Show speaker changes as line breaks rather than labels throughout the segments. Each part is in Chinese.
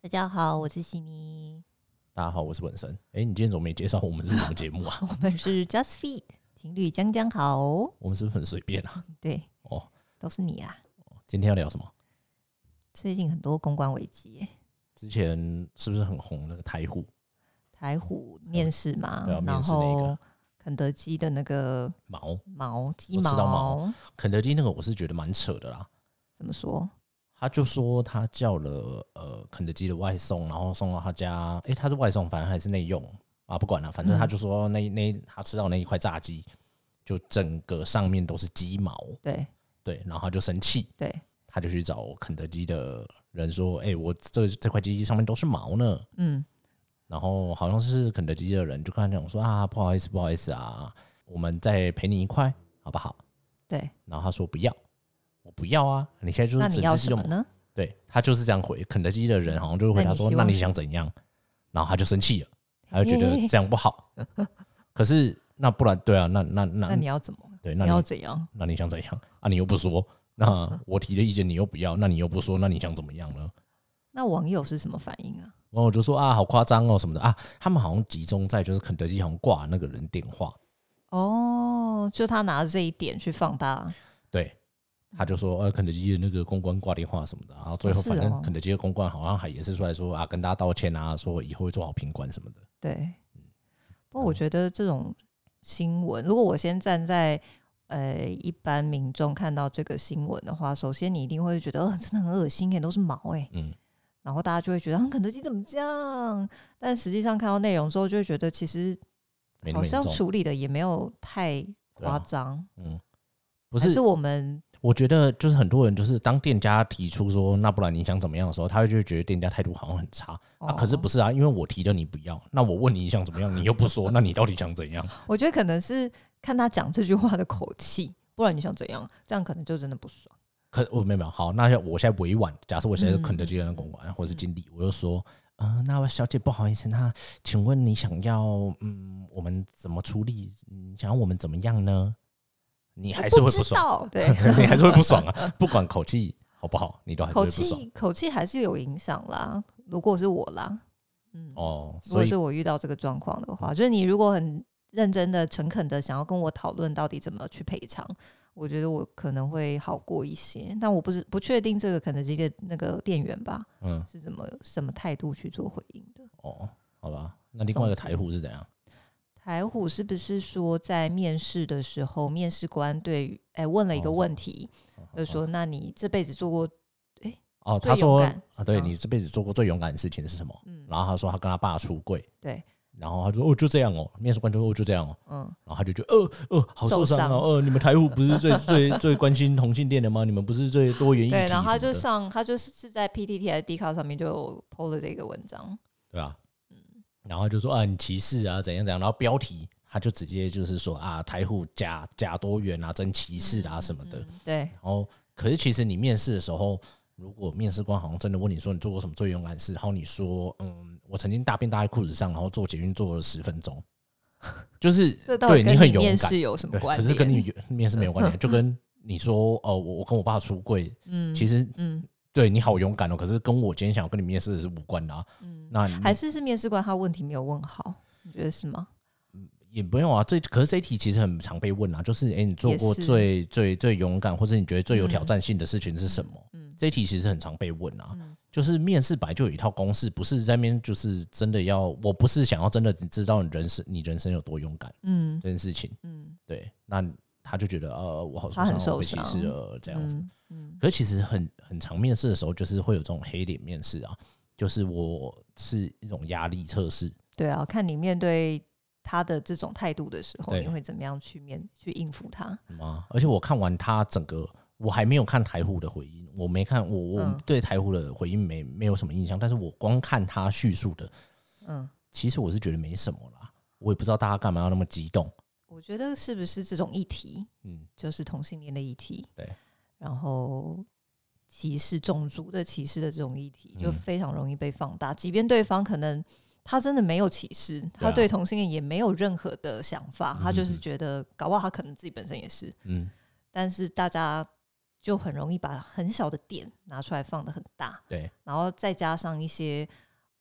大家好，我是悉尼，
大家好，我是文森。哎、你今天怎么没介绍我们是什么节目啊？
我们是 Just Feed 情侣将将好，
我们是不是很随便啊？
对，
哦，
都是你啊！
今天要聊什么？
最近很多公关危机耶，
之前是不是很红那个台虎？
台虎面试嘛，
对啊
然
面试那个
后肯德基的那个
毛
毛鸡
我知道
毛
毛肯德基那个我是觉得蛮扯的啦。
怎么说？
他就说他叫了呃肯德基的外送，然后送到他家，哎、他是外送，反正还是内用啊，不管了，反正他就说那那他吃到那一块炸鸡，就整个上面都是鸡毛，
对
对，然后他就生气，
对，
他就去找肯德基的人说，哎、我这这块鸡上面都是毛呢，
嗯，
然后好像是肯德基的人就跟他讲说啊，不好意思，不好意思啊，我们再赔你一块，好不好？
对。
然后他说不要，我不要啊，你现在就
那
是
你
整
要
只鸡
什
就
么呢？
对他就是这样回肯德基的人，好像就会回答
那你
说
希望
那你想怎样？然后他就生气了，他就觉
嘿嘿嘿
得这样不好。可是那不然对啊，那那
那
那
你要怎么？
对，那
你要
你
怎样？
那你想怎样啊？你又不说，那我提的意见你又不要，那你又不说，那你想怎么样呢？
那网友是什么反应啊？
然后我就说啊，好夸张哦什么的啊，他们好像集中在就是肯德基好像挂那个人电话，
哦，就他拿这一点去放大，
对，他就说呃肯德基的那个公关挂电话什么的，然后最后
是
反
哦
正肯德基的公关好像还也是出来说啊跟大家道歉啊，说以后会做好品管什么的，
对，不过
嗯然
我
后
觉得这种新闻，如果我先站在呃一般民众看到这个新闻的话，首先你一定会觉得，呃，真的很恶心耶，都是毛哎、
嗯，
然后大家就会觉得，啊，肯德基怎么这样？但实际上看到内容之后，就会觉得其实
没那
好
么严
像
重，
处理的也没有太
对
夸
啊
张，
嗯，不
还
是
是我们
我觉得就是很多人就是当店家提出说那不然你想怎么样的时候，他会就觉得店家态度好像很差啊，可是
哦
不是啊，因为我提的你不要，那我问你想怎么样，你又不说，那你到底想怎样？
哦我觉得可能是看他讲这句话的口气，不然你想怎样？这样可能就真的不爽。
可我没有没有好，那要我现在委婉，假设我现在是
嗯
肯德基的公关、或是经理，我就说，呃，那位小姐不好意思，那请问你想要，嗯，我们怎么处理？你想要我们怎么样呢？你还是
我
会
不
不
知
爽，
道，欸对，
你还是会不爽啊，不管口气好不好，啊你都还是
口
会不爽
气口气还是有影响啦。如果是我啦，嗯，
哦。
如
所
果
以
是我遇到这个状况的话，就是你如果很认真的、诚恳的想要跟我讨论到底怎么去赔偿，我觉得我可能会好过一些。但我不是不确定这个肯德基的那个店员吧
嗯
是怎么什么态度去做回应的。
哦，好吧，那另外一个台户是怎样？
台虎是不是说在面试的时候，面试官对于哎、问了一个
哦
问题，就说：“那你这辈子做过
哦，
最勇
他说
敢
啊，对
嗯
你这辈子做过最勇敢的事情是什么？
嗯
然后他说他跟他爸出柜，
对，
然后他说哦就这样哦，面试官就说哦就这样哦，
嗯
然后他就觉得，呃呃，好受
受
伤
伤
哦，呃，你们台户不 是最最最关心同性恋的吗？你们不是最多元议题
对，然后他
什么
就
的
上，他就是是在 PTT 还是 d 卡上面就 PO 了这个文章，
对吧、嗯然后他就说啊，你歧视啊，怎样怎样，然后标题他就直接就是说啊，台户假假多元啊，真歧视啊什么的。
嗯对，
然后，可是其实你面试的时候，如果面试官好像真的问你说你做过什么最勇敢的事，然后你说嗯，我曾经大便大在裤子上，然后做捷运做了十分钟，就是
这到
对
底
你
跟
很勇
面
敢
试，有什么
对，
关
可
联？
是跟你面试没有关联，就跟你说哦，我我跟我爸出柜，
嗯
其实
嗯
对你好勇敢哦，可是跟我今天想要跟你面试的是无关的、啊。
嗯，
那你
还是是面试官他问题没有问好，你觉得是吗？
也不用啊，这可是这一题其实很常被问啊，就是哎、诶你做过
也是
最最最勇敢，或者你觉得最有挑战性的事情是什么？
嗯
这一题其实很常被问啊，
嗯
就是面试本来就有一套公式，不是在面就是真的要，我不是想要真的知道你人生你人生有多勇敢
嗯
这件事情，
嗯，
对，那他就觉得呃我好受
他很
伤，我被
受
歧
伤
视了这
这
样子，
嗯
可是其实很很常面试的时候，就是会有这种黑脸面试啊，就是我是一种压力测试。
对啊，看你面对他的这种态度的时候，
对
你会怎么样去面去应付他？
吗？而且我看完他整个，我还没有看台虎的回应，我没看我我
嗯
对台虎的回应没没有什么印象，但是我光看他叙述的，
嗯，
其实我是觉得没什么啦，我也不知道大家干嘛要那么激动，
我觉得是不是这种议题，
嗯，
就是同性恋的议题，
对，
然后歧视、种族的歧视的这种议题，就
嗯
非常容易被放大。即便对方可能他真的没有歧视，他
啊
对同性恋也没有任何的想法，他就是
嗯
觉得搞不好他可能自己本身也是，
嗯，
但是大家就很容易把很小的点拿出来放的很大，
对，
然后再加上一些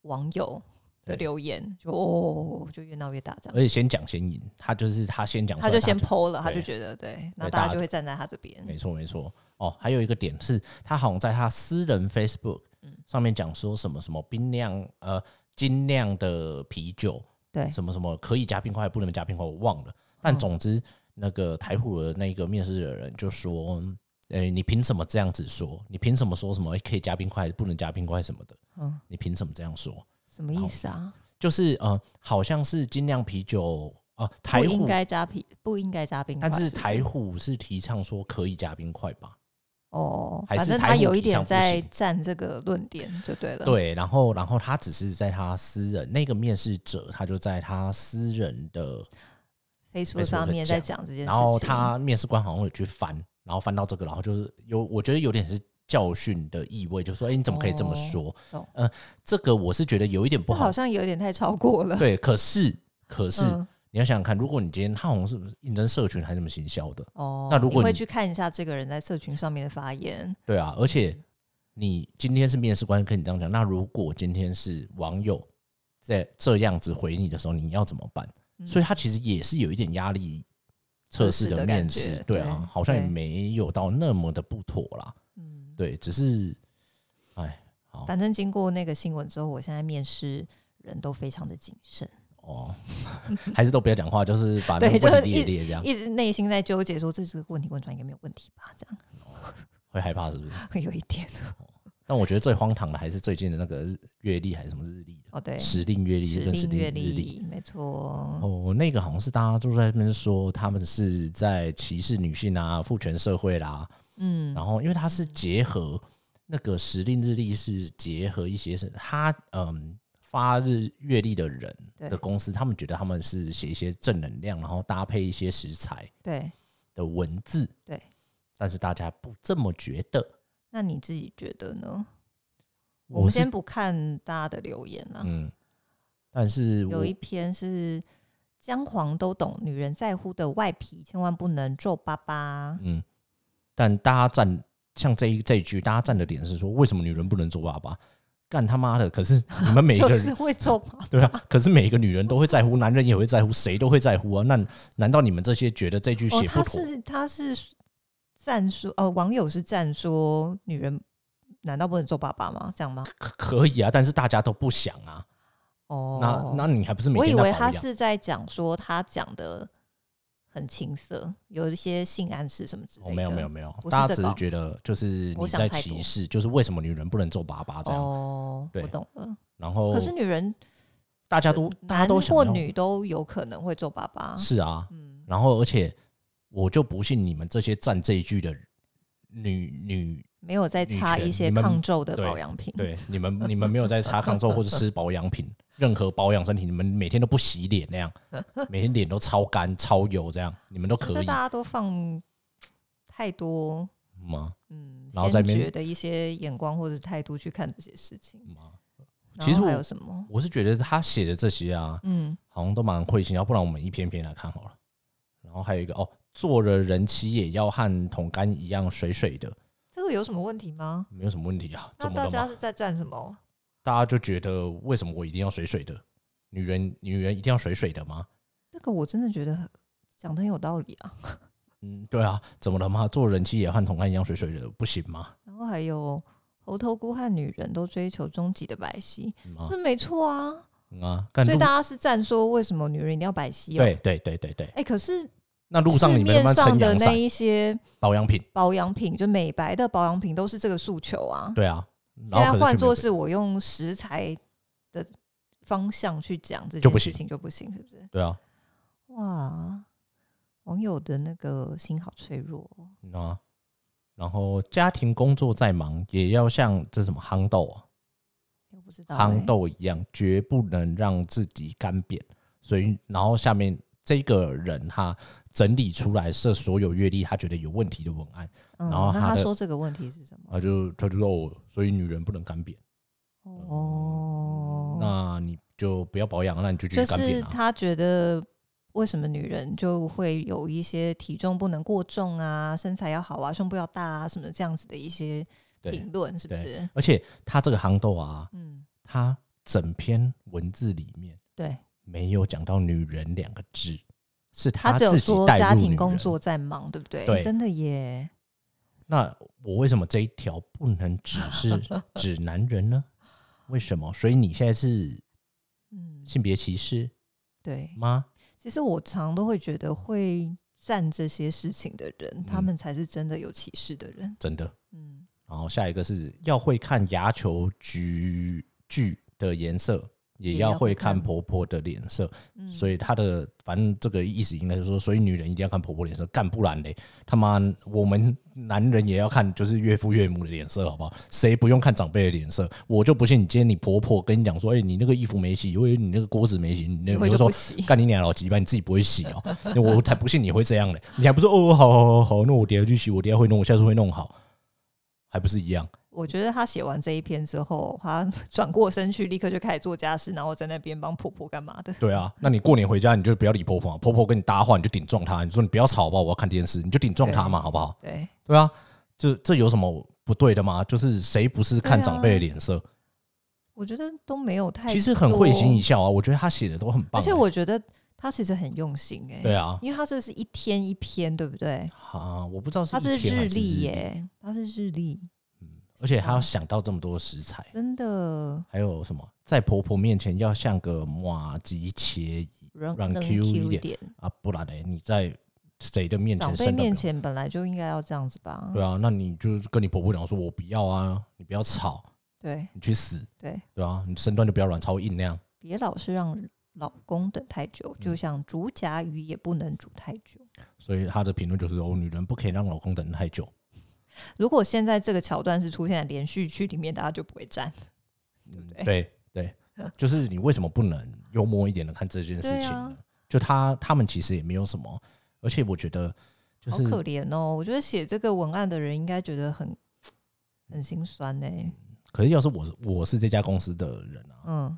网友的
对
留言，就哦，就越闹越大这
而
样。
且先讲先赢，他就是他先讲出
他
来，
就先剖了，他
对
就觉得对，那
对
大
大
家
家
就
就
会站在他这边。
没错没错。哦，还有一个点是，他好像在他私人 Facebook
嗯
上面讲说什么什么冰酿呃精酿的啤酒，
对
什么什么可以加冰块，不能加冰块，我忘了。但
嗯
总之，那个台虎的那个面试的人就说：“诶，你凭什么这样子说？你凭什么说什么诶可以加冰块，不能加冰块什么的？
嗯，
你凭什么这样说？
什么意思啊？
就是呃，好像是精酿啤酒啊、呃
不
台
应
虎，
该加皮，不应该加冰块。
但是
不
台虎是提倡说可以加冰块吧？
哦，
还
反
是
正
台
他
虎
有一
提
点
倡不
在
行
站这个论点就对了。，
对，然后然后他只是在他私人那个面试者，他就在他私人的，
，Facebook
Facebook
上面在
在
讲这件事情。
然后他面试官好像有去翻，然后翻到这个，然后就是有我觉得有点是教训的意味，就说哎、你怎么可以这么
哦
说？
懂
呃，这个我是觉得有一点
这
不好
好，像有点太超过了。
对，可是可是、
嗯，
你要想想看，如果你今天他好像是不是应征社群还是什么行销的，
哦，
那如
你
果
会
你
去看一下这个人在社群上面的发言，
对啊，而且
嗯
你今天是面试官跟你这样讲，那如果今天是网友在这样子回你的时候，你要怎么办？
嗯
所以他其实也是有一点压力测
测
试
试的
的
感
面
觉
试，对啊
对，
好像也
对
没有到那么的不妥啦，
嗯，
对，只是，哎，好
反正经过那个新闻之后，我现在面试人都非常的谨慎，
哦， 还是都不要讲话，就是把那
对
个问
就是
题列一列，这样
一直内心在纠结说这个问题问出来应该没有问题吧？这样
会害怕是不是？
会有一点
但我觉得最荒唐的还是最近的那个日月历还是什么日历的，
哦，对，
时令月历跟时令
阅
日历。
历，没错，
哦，那个好像是大家都在那边说他们是在歧视女性啊、父权社会啦。
嗯，
然后因为它是结合那个时令日历是结合一些是他嗯发日月历的人
对
的公司，他们觉得他们是写一些正能量，然后搭配一些食材
对。
的文字。
对，
但是大家不这么觉得。
那你自己觉得呢？我
我
们
是
先不看大家的留言啦，
嗯，但是
有
我
一篇是姜黄都懂，女人在乎的外皮千万不能皱巴巴。
嗯，但大家站像这一这一句，大家站的点是说，为什么女人不能做爸爸？干他妈的！可是你们每一 个
就
人、
是会皱 巴巴，
对啊，可是每一个女人都会在乎，男人也会在乎，谁都会在乎啊。那难道你们这些觉得这句
哦，
写
他
不妥？
是他是赞说，哦，网友是赞说女人难道不能做爸爸吗？这样吗？
可可以啊，但是大家都不想啊。
哦，
那那你还不是每
我以
天在
为
保
他
养？
是在讲说他讲的很青涩，有一些性暗示什么之类
哦，
的。
没有没有没有
不，是
大
这
家只
个
是
哦
觉得就是
我
你
想
在
太多
歧视，就是为什么女人不能做爸爸这样。
哦，我
对
懂了。
然后
可是女人，
大家都大家
男
都想
或
要
女都有可能会做爸爸。
是啊，
嗯，
然后而且我就不信你们这些站这一句的女女，
没有再
女
擦
权
一些
你们
抗皱的
对
保养品。
对你们 你们没有在擦抗皱或者吃保养品，任何保养身体，你们每天都不洗脸那样，每天脸都超干超油这样，你们都
我觉
可
得
以
大家都放太多
吗？
嗯
然后
先
在那边
觉的一些眼光或者态度去看这些事情。
吗？
然
其实
后还有
我
什么？
我是觉得他写的这些啊，
嗯，
好像都蛮会心，要不然我们一篇篇来看好了。然后还有一个哦，做了人妻也要和桶干一样水水的，
这个有什么问题吗？
没有什么问题啊，
那
怎么
大
了
家
吗？
是在站什么？
大家就觉得为什么我一定要水水的？女人女人一定要水水的吗？
这个我真的觉得很讲的很有道理啊。
嗯，对啊，怎么了吗？做人妻也和同汉一样水水的，不行吗？
然后还有猴头菇和女人都追求终极的白皙，
嗯啊
这没错啊。
嗯啊，干
所以
路
大家是站说为什么女人一定要白皙、哦？，
对对对对对，
哎、可是
那路上
市
你们他
面
妈
上
撑
的
阳
那
伞、
一些
保养品，
保养品，就美白的保养品，都是这个诉求啊。
对啊，
现
然
在
后可
换
是却没
作
有
是我用食材的方向去讲这
就不
件事
行
情就不行，是不是？
对啊，
哇，网友的那个心好脆弱哦。
嗯啊，然后家庭工作再忙，也要像这什么夯豆啊，
我不知道、欸，
夯豆一样，绝不能让自己干瘪。所以，然后下面这个人他整理出来是所有阅历他觉得有问题的文案，
嗯，
然后
那
他
他
的
说这个问题是什么？
他啊就他就说哦，所以女人不能干瘪，
哦，
嗯那你就不要保养，那你就继
就
续干
哦是
瘪啊。
他觉得为什么女人就会有一些体重不能过重啊，身材要好啊，胸部要大啊什么这样子的一些
对
评，论，是不
对
是？
而且他这个行斗啊，
嗯，
他整篇文字里面
对，
没有讲到“女人”两个字，是
他只有
自己
说
带入
家
女
庭
人
工作在忙，对不对？
对
真的耶，
那我为什么这一条不能只是 指男人呢？为什么？所以你现在是
嗯，
性别歧视
对。
吗？
其实我常都会觉得会赞这些事情的人，他
嗯
们才是真的有歧视的人。
真的。
嗯，
然后下一个是要会看牙球菊苣的颜色，也
也
要
要
会
会
看
看
婆婆的脸色。
嗯
所以他的反正这个意思应该是说，所以女人一定要看婆婆脸色，干不然嘞，他妈我们男人也要看，就是岳父岳母的脸色，好不好？谁不用看长辈的脸色？我就不信你今天你婆婆跟你讲说，哎、你那个衣服没洗，因为你那个锅子没洗，你那
你会
你
就
就说
不洗
干你娘老鸡巴，你自己不会洗哦、 我才不信你会这样嘞，你还不是哦，好好好好，那我等一下去洗，我等一下会弄，我下次会弄好，还不是一样？
我觉得他写完这一篇之后，他 转过身去，立刻就开始做家事，然后在那边帮婆婆干嘛的。
对啊，那你过年回家你就不要理婆婆嘛，婆婆跟你搭话你就顶撞她，你说你不要吵吧，我要看电视，你就顶撞她嘛，好不好？
对，
对啊，这这有什么不对的吗？就是谁不是看
对啊
长辈的脸色？
我觉得都没有太
其实很会心一
笑，
笑啊，我觉得他写的都很棒、
而且
欸
我觉得他其实很用心哎、
对啊，
因为他这是一天一篇，对不对？
啊，我不知道是
他是
一天还
日
是
历耶、，嗯他是日历，
而且他要想到这么多食材，
真的
还有什么在婆婆面前要像个马吉切
让
让
能
Q
Q
一
一
点
点。
啊，不然呢、你在谁的面
长辈
前生
面
的？
前本来就应该要这样子吧？
对啊，那你就跟你婆婆讲说，我不要啊，你不要吵，
对
你去死，
对，
对啊，你身段就不要软超硬那样。
别老是让老公等太久，
嗯
就像竹夹鱼也不能煮太久。
所以他的评论就是说，哦女人不可以让老公等太久。
如果现在这个桥段是出现在连续剧里面，大家就不会站。对不对
嗯对对就是你为什么不能幽默一点的看这件事
对
情
啊
呢？就他他们其实也没有什么，而且我觉得就
好
是
可怜哦！我觉得写这个文案的人应该觉得很很心酸呢、
可是要是我是我是这家公司的人啊，
嗯，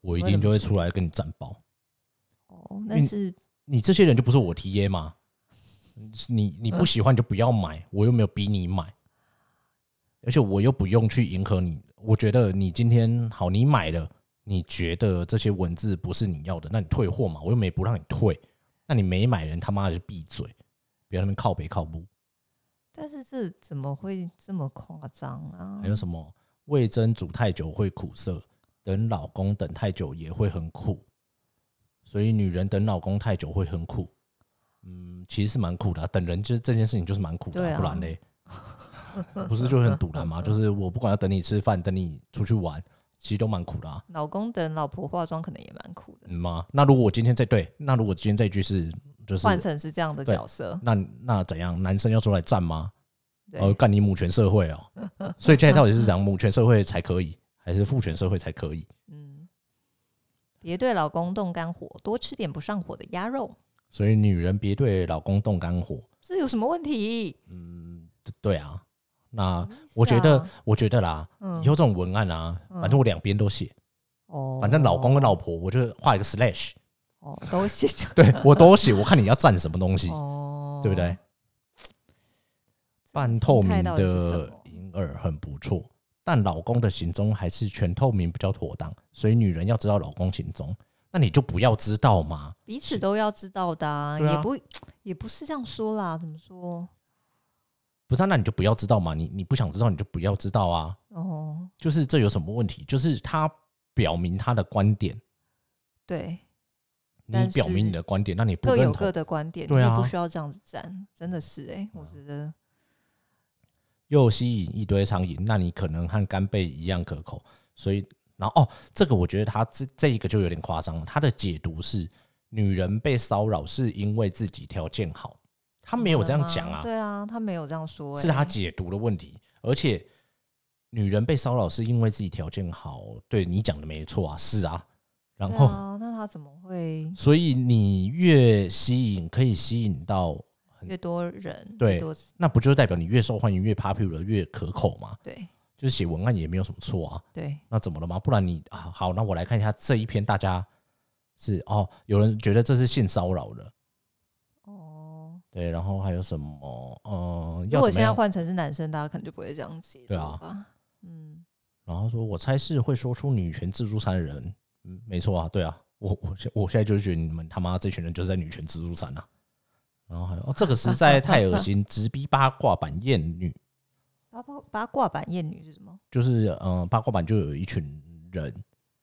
我一定就会出来跟你战报。
哦，
因
但
为
是
你这些人就不是我 TA 嘛？你你不喜欢就不要买，我又没有逼你买，而且我又不用去迎合你。我觉得你今天好，你买了，你觉得这些文字不是你要的，那你退货嘛，我又没不让你退。那你没买人他妈的就闭嘴，别在那边靠北靠不。
但是这怎么会这么夸张啊？
还有什么味噌煮太久会苦涩，等老公等太久也会很苦，所以女人等老公太久会很苦。嗯，其实是蛮苦的啊、等人就是这件事情就是蛮苦的啊、
对啊
不然嘞，不是就很堵然吗？就是我不管要等你吃饭，等你出去玩，其实都蛮苦的、啊，
老公等老婆化妆可能也蛮苦的，
嗯吗？那如果我今天这对，那如果今天这一句是就是
换成是这样的
对哦
角色，
那那怎样？男生要出来站吗？
对，
哦，干你母权社会哦，所以现在到底是讲母权社会才可以，还是父权社会才可以？
嗯，别对老公动肝火，多吃点不上火的鸭肉，
所以女人别对老公动肝火。
这有什么问题？
嗯，对对啊，那
什么意思啊
我觉得，我觉得啦，
嗯
以后这种文案啊，反正我两边都写，
哦
反正老公跟老婆，我就画一个 slash，
哦都写
对我都写，我看你要占什么东西，
哦，
对不对？？半透明的银耳很不错，但老公的行踪还是全透明比较妥当，所以女人要知道老公行踪，那你就不要知道嘛。
彼此都要知道的、啊，
对啊
也不也不是这样说啦，怎么说？
不是啊、那你就不要知道嘛，你你不想知道你就不要知道啊。
哦，
就是这有什么问题？就是他表明他的观点，
对，
你
但是
表明你的观点，那你不
各
认
有
同
各，的观点，
对啊
你也不需要这样子站，真的是哎、我觉得
又吸引一堆苍蝇，那你可能和干贝一样可口。所以，然后哦，这个我觉得他这这一个就有点夸张了。他的解读是，女人被骚扰是因为自己条件好，他没有这样讲啊，
对啊，他没有这样说、欸，
是他解读的问题。而且，女人被骚扰是因为自己条件好，对你讲的没错啊，是啊。然
对
后，
啊，那他怎么会
所以你越吸引，可以吸引到
越多人
对
越多
那不就代表你越受欢迎、越 popular、越可口吗？
对
就是写文案也没有什么错啊，
对
那怎么了吗？不然你啊，好，那我来看一下这一篇大家是哦，有人觉得这是性骚扰的，
哦，
对，然后还有什么？嗯，
如
要
果
怎么
现在
样？
换成是男生，大家可能就不会这样解
对
读
啊
吧。嗯，
然后说，我猜是会说出女权自助餐的人。嗯，没错啊，对啊，我我现我现在就是觉得你们他妈这群人就是在女权自助餐啊。然后还有，哦，这个实在太恶心，直逼八卦版厌女，
八卦八卦版艳女是什么？
就是嗯、呃八卦版就有一群人，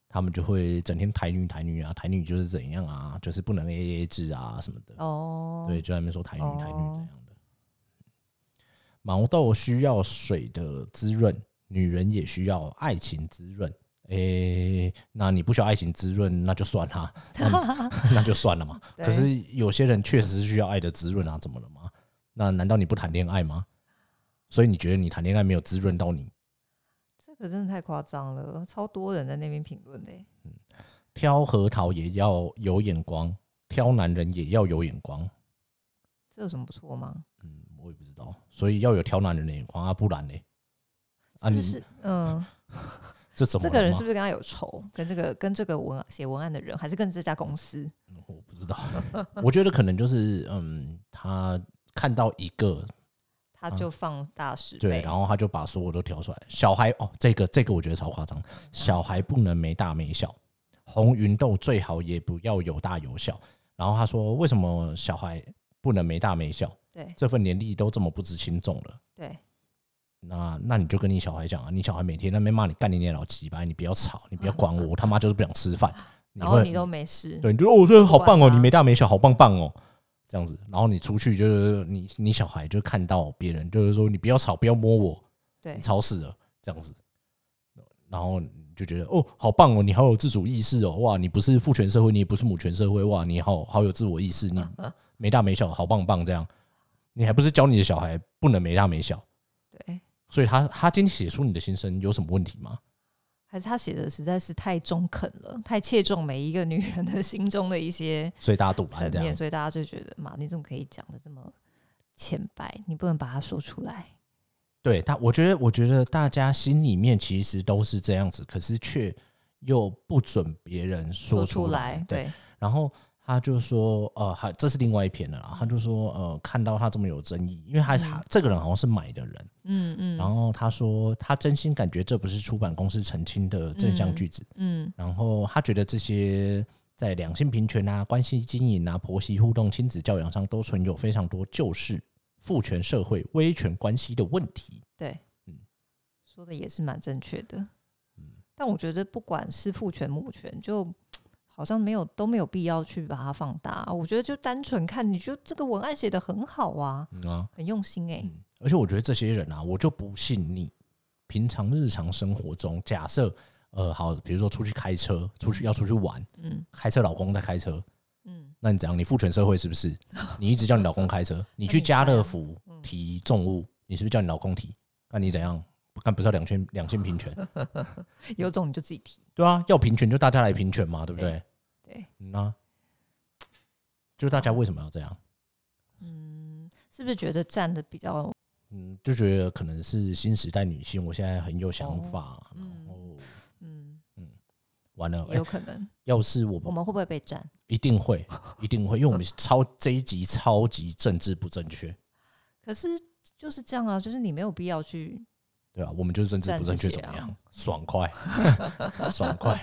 他们就会整天台女台女啊，台女就是怎样啊，就是不能 A A 制啊什么的。
哦，
对，，就在那边说台女台女
哦
怎样的。毛豆需要水的滋润，女人也需要爱情滋润。诶、那你不需要爱情滋润，那就算啦，那 那就算了嘛。
对
可是有些人确实是需要爱的滋润啊，怎么了吗？那难道你不谈恋爱吗？所以你觉得你谈恋爱没有滋润到你？
这个真的太夸张了，超多人在那边评论的欸。
挑核桃也要有眼光，挑男人也要有眼光。
这有什么不错吗？
嗯，我也不知道，所以要有挑男人的眼光啊，不然呢？啊
是
你
不是？嗯，
这怎么
这
了
个人
吗
是不是跟他有仇？跟这个跟这个文写文案的人，还是跟这家公司？
我不知道， 我觉得可能就是嗯，他看到一个
他就放大十
啊对，
倍。
然后他就把所有都挑出来。小孩哦，这个这个我觉得超夸张，小孩不能没大没小，红芸豆最好也不要有大有小。然后他说，为什么小孩不能没大没小？
对
这份年龄都这么不知轻重了。
对，
那那你就跟你小孩讲啊，你小孩每天在那边骂你干你娘老鸡巴，你不要吵，你不要 管我，我他妈就是不想吃饭。
然后
会
你都没事。
对，你觉得哦，这好棒
不
哦，
管啊
你没大没小，好棒棒哦，这样子。然后你出去就是你你小孩就看到别人，就是说你不要吵，不要摸我，
对
你，吵死了这样子。然后你就觉得哦，好棒哦，你好有自主意识哦，哇，你不是父权社会，你也不是母权社会，哇，你好好有自我意 识，你没大没小，好棒棒这样。你还不是教你的小孩不能没大没小，
对，
所以他他今天写出你的心声有什么问题吗？
还是他写的实在是太中肯了，太切中每一个女人的心中的一些
所以大家堵
层
拦这
面，
样，
所以大家就觉得嘛，你怎么可以讲的这么浅白？你不能把它说出来。
对他，我觉得，我觉得大家心里面其实都是这样子，可是却又不准别人说
出
来。对，
对
然后他就说，呃，还这是另外一篇了啦。他就说，呃，看到他这么有争议，因为他、他这个人好像是买的人，
嗯嗯，
然后他说他真心感觉这不是出版公司澄清的正向句子，
嗯
然后他觉得这些。在两性平权啊、关系经营啊、婆媳互动、亲子教养上，都存有非常多旧式父权社会威权关系的问题。
对，
嗯
说的也是蛮正确的。
嗯
但我觉得不管是父权母权，就好像没有都没有必要去把它放大。我觉得就单纯看，你觉得这个文案写的很好啊，
嗯啊，
很用心哎、
嗯，而且我觉得这些人啊，我就不信你平常日常生活中，假设呃，好，比如说出去开车，出去要出去玩，
嗯
开车老公在开车，
嗯，
那你怎样？你父权社会是不 是？你一直叫你老公开车，你去家乐福
嗯
提重物，你是不是叫你老公提？那你怎样？干不是要两权两性平权？
嗯有种你就自己提。
对啊，要平权就大家来平权嘛，对不对？
对，
嗯啊，就大家为什么要这样？
嗯，是不是觉得站的比较
嗯，就觉得可能是新时代女性，我现在很有想法，然
嗯
后
嗯，
完了，哎
也有嗯可能、
要是我
我
们
们会不会被占？
一定会，一定会，因为我们超这一集超级政治不正确，
可是就是这样啊，就是你没有必要去
对吧、我们就是政治不正确，
站
怎
不起
么
啊
样？爽快，爽快。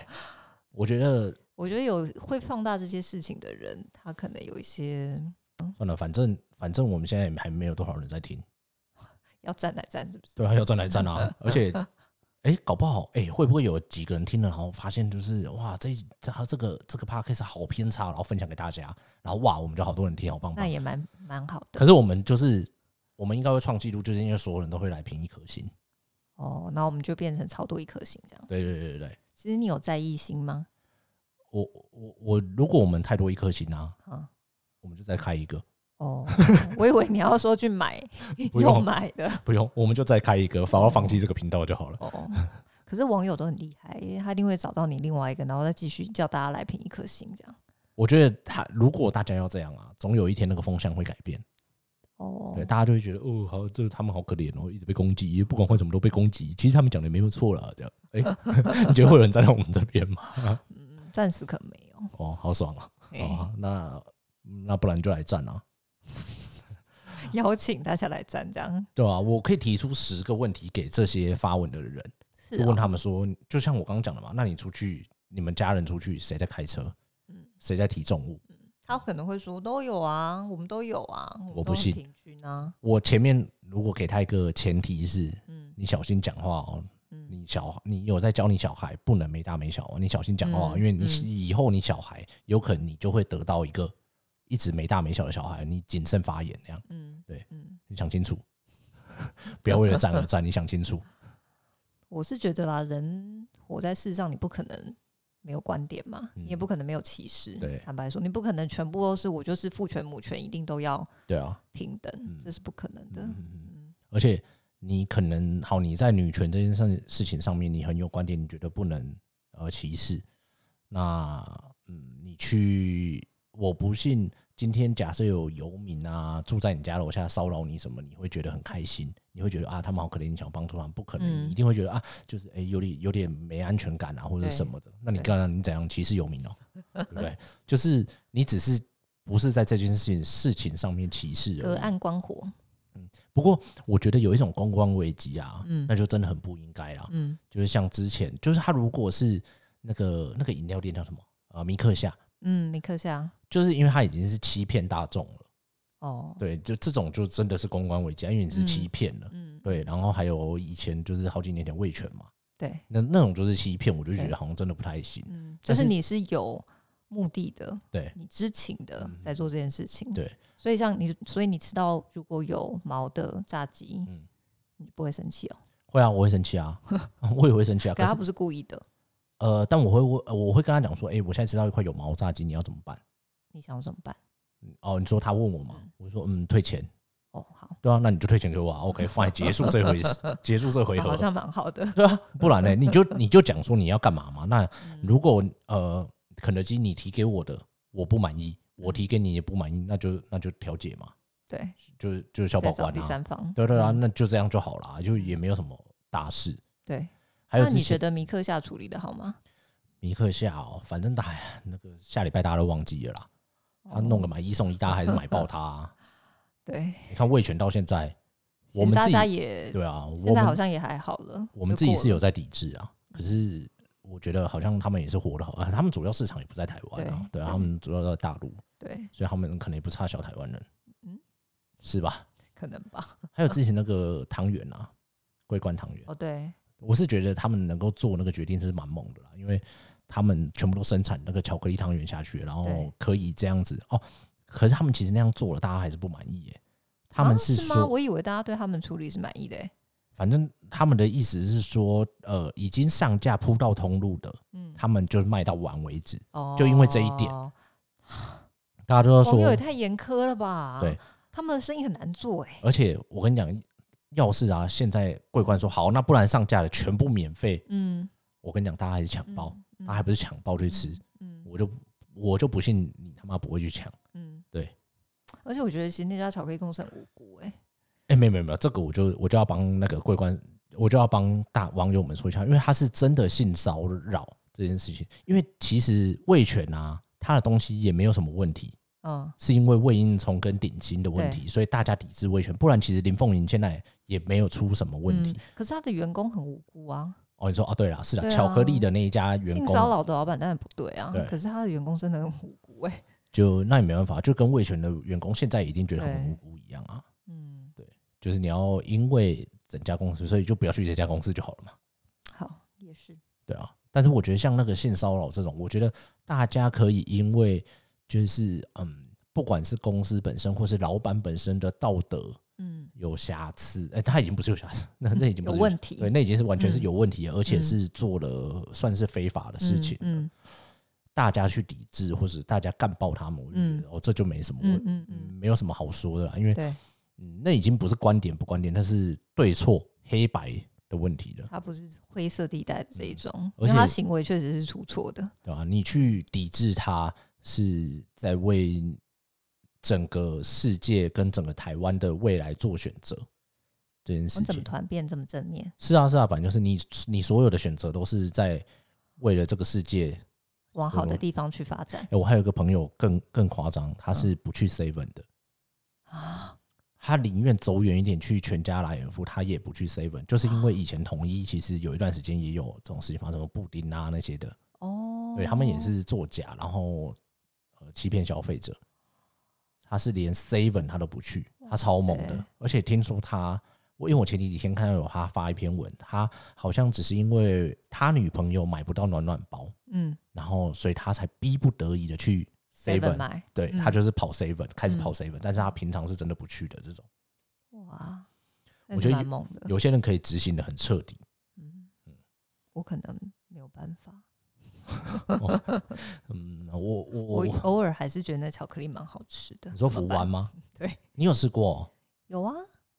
我觉得
我觉得有会放大这些事情的人，他可能有一些
算了，反正反正我们现在也还没有多少人在听，
要站来站，是不是？
对啊，要站来站啊，而且。哎、搞不好，哎、会不会有几个人听了，然后发现就是哇，这一他这个这个 podcast 好偏差，然后分享给大家，然后哇，我们就好多人听，好棒
那
棒。
也蛮蛮好的
可是我们就是，我们应该会创纪录，就是因为所有人都会来评一颗星。
哦。那我们就变成超多一颗星这样。
对对对对对，
其实你有在意星吗？
我我我，如果我们太多一颗星啊，
啊，
我们就再开一个，
哦，我以为你要说去 买
不用
用买的
不用，我们就再开一个，反而放弃这个频道就好了。
哦。可是网友都很厉害，因为他一定会找到你另外一个，然后再继续叫大家来评一颗星这样。
我觉得他如果大家要这样啊，总有一天那个风向会改变，
哦
对，，大家就会觉得哦，好，这他们好可怜哦，一直被攻击，不管换什么都被攻击。其实他 们讲的也没有错啦，这样。哎、你觉得会有人站在我们这边吗？
嗯，暂时可能没有。哦。
哦，好爽啊！
嘿
哦，那那不然就来站啊，
邀请大家来站，这样
对啊，我可以提出十个问题给这些发文的人，
是
就问
哦
他们说，就像我刚刚讲的嘛，那你出去，你们家人出去，谁在开车？
嗯
谁在提重物？
他可能会说都有啊，我们都有啊，们
我不
都很
信
平均啊，
我前面如果给他一个前提是，
嗯
你小心讲话哦，
嗯，
你小你有在教你小孩，不能没大没小哦，你小心讲话哦、
嗯
因为你
嗯
以后你小孩有可能你就会得到一个一直没大没小的小孩，你谨慎发言那样，
嗯，
对，
嗯，
你想清楚， 不要为了站而站，你想清楚。
我是觉得啦，人活在世上，你不可能没有观点嘛，你也
嗯
不可能没有歧视。
对
坦白说，你不可能全部都是我就是父权母权一定都要
对啊，
平等
嗯，
这是不可能的。
嗯嗯嗯，
嗯
而且你可能好，你在女权这件事事情上面，你很有观点，你觉得不能呃歧视。那嗯，你去，我不信，今天假设有游民啊住在你家楼下骚扰你什么，你会觉得很开心，你会觉得啊他们好可怜，你想帮助他们，不可能，
嗯
你一定会觉得啊就是哎、有点有点没安全感啊或者
对
什么的。那你
对
刚刚你怎样歧视游民哦、对不对？ 就是你只是不是在这件事情事情上面歧视而
隔
已。
岸观火，
不过我觉得有一种公关危机啊，
嗯
那就真的很不应该啦。
嗯
就是像之前，就是他如果是那个那个饮料店叫什么啊、呃米克夏，
嗯，尼克夏，
就是因为他已经是欺骗大众了，
哦，
对，就这种就真的是公关危机啊，因为你是欺骗了，
嗯，
对。然后还有以前就是好几年前魏权嘛，
对，
那那种就是欺骗，我就觉
对
得好像真的不太行。
嗯，就
但
是
是
你是有目的的，
对
你知情的
嗯
在做这件事情，
对。
所以像你，所以你吃到如果有毛的炸鸡，
嗯
你不会生气哦，
会啊，我会生 气啊， 我也会生气啊。
可
可
他
是
不是故意的。
呃，但我会我我会跟他讲说，哎、我现在吃到一块有毛炸鸡，你要怎么办？
你想要怎么办？
哦，你说他问我嘛，
嗯
我说嗯，退钱。
哦，好，
对啊，那你就退钱给我啊，OK，放 在结束这回事，结束这回合
好，像蛮好的。
对啊，不然呢，你就你就讲说你要干嘛嘛。那
嗯
如果呃，肯德基你提给我的我不满意，我提给你也不满意，那就那就调解嘛，
对，
就是就是小
再
保
找
管
第
啊，
三方。
对对啊，
嗯
那就这样就好啦，就也没有什么大事。
对。
还有
那
之
你觉
前
得米克夏处理的好吗？
尼克夏哦，反正哎呀，那个下礼拜大家都忘记了啦，他
哦
啊弄个买一送一，大家还是买爆 他啊。
对，
你看魏权到现在，
其
我
实
们
大
自
家
己
也
对啊，我
现在
们
好像也还好了。
我们
就
自己
过
是
了
有在抵制啊，可是我觉得好像他们也是活得好啊，他们主要市场也不在台湾啊，
对
对
对
啊，他们主要在大陆，
对，
所以他们可能也不差小台湾人，
嗯
是吧？
可能吧。
还有之前那个汤圆啊，桂冠汤圆，
哦，对，
我是觉得他们能够做那个决定是蛮猛的啦，因为他们全部都生产那个巧克力汤圆下去，然后
对
可以这样子哦，可是他们其实那样做了，大家还是不满意耶、他们
啊
是
是
说，
吗？我以为大家对他们处理是满意的欸。
反正他们的意思是说，呃，已经上架铺到通路的，
嗯，
他们就卖到完为止。
哦，
就因为这一点大家都在
网友
说
也，太严苛了吧？
对，
他们的生意很难做哎。
而且我跟你讲，要是啊，现在桂冠说好，那不然上架了全部免费，
嗯，
我跟你讲，大家还是抢
嗯
包，，
嗯
大家还不是抢包去吃，
嗯
我就我就不信你他妈不会去抢。
嗯，
对。
而且我觉得其实那家巧克力公司很无辜哎。
哎、没有没有没有，这个我就我就要帮那个桂冠，我就要帮大网友们说一下，因为他是真的性骚扰这件事情，因为其实魏权啊，他的东西也没有什么问题，
嗯，
是因为魏应充跟顶薪的问题，所以大家抵制魏权，不然其实林凤营现在也没有出什么问题。
嗯可是他的员工很无辜啊，
哦，你说哦，对了，是的，
对啊
巧克力的那一家员
性
工
骚扰的老板当然不对啊
对，
可是他的员工真的很无辜哎、
就那也没办法，就跟魏权的员工现在一定觉得很
对
无辜一样啊。
嗯，
就是你要因为整家公司，所以就不要去这家公司就好了嘛，
好，也是，
对啊。但是我觉得像那个性骚扰这种，我觉得大家可以因为就是嗯，不管是公司本身或是老板本身的道德
嗯，
有瑕疵，哎、他已经不是有瑕疵，那那已经不
有
是
问题，
对，那已经是完全是
嗯
有问题了，而且
嗯
是做了算是非法的事情。
嗯
大家去抵制，或是大家干爆他们，我就觉
嗯
得哦，这就没什么
嗯
问，
嗯
嗯
嗯，
没有什么好说的啦，因为
嗯，对，
嗯，那已经不是观点不观点，那是对错黑白的问题了，
他不是灰色地带的这一种，
嗯而
因为他
且
行为确实是出错的，
对吧、你去抵制他，是在为整个世界跟整个台湾的未来做选择这件
我哦
事
们怎么
情。
突然变这么正面？
是啊，是啊，反正就是你你所有的选择都是在为了这个世界
往好的地方去发展
哎、我还有一个朋友更更夸张，他是不去 Seven 的，
啊。
他宁愿走远一点去全家莱尔夫，他也不去 Seven，就是因为以前统一其实有一段时间也有这种事情发生，什么布丁啊那些的，
哦，
对他们也是作假，然后呃欺骗消费者。他是连 Seven 他都不去，他超猛
哇
的
塞，
而且听说他，我因为我前几天看到有他发一篇文，他好像只是因为他女朋友买不到暖暖包，
嗯
然后所以他才逼不得已的去
seven
Seven，
买
对
嗯
他就是跑 Seven，开始
嗯
跑 Seven，但是他平常是真的不去的这种。
哇，
我觉得
那是蛮
有
猛的，
有些人可以执行的很彻底，
嗯，我可能没有办法，
嗯，我我
我
我，
偶尔还是觉得那巧克力蛮好吃的。
你说
怎
福
么办
湾吗？
对，
你有试过哦？
有啊，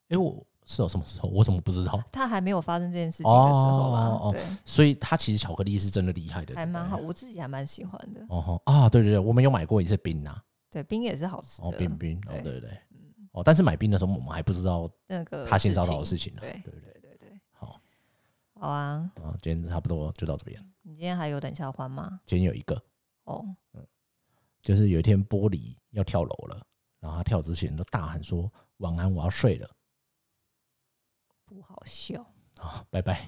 哎，我是有什么时候？我怎么不知道？
它还没有发生这件事情的时候吧，
哦哦哦
对，
所以它其实巧克力是真的厉害的，
还蛮好，
对不对。
我自己还蛮喜欢的。
哦吼啊，对对对，我们有买过一次冰呐、
对，冰也是好吃的。
哦冰冰，哦
对
对对对，
嗯，
哦，但是买冰的时候我们还不知道
那个
他性骚扰的事情呢、啊
对
对不对？
对对对，
好
好啊。
啊，今天差不多就到这边。
你今天还有等下欢吗？
今天有一个，
哦，
就是有一天玻璃要跳楼了，然后他跳之前都大喊说：“晚安，我要睡了。
不好笑，”
啊，拜拜。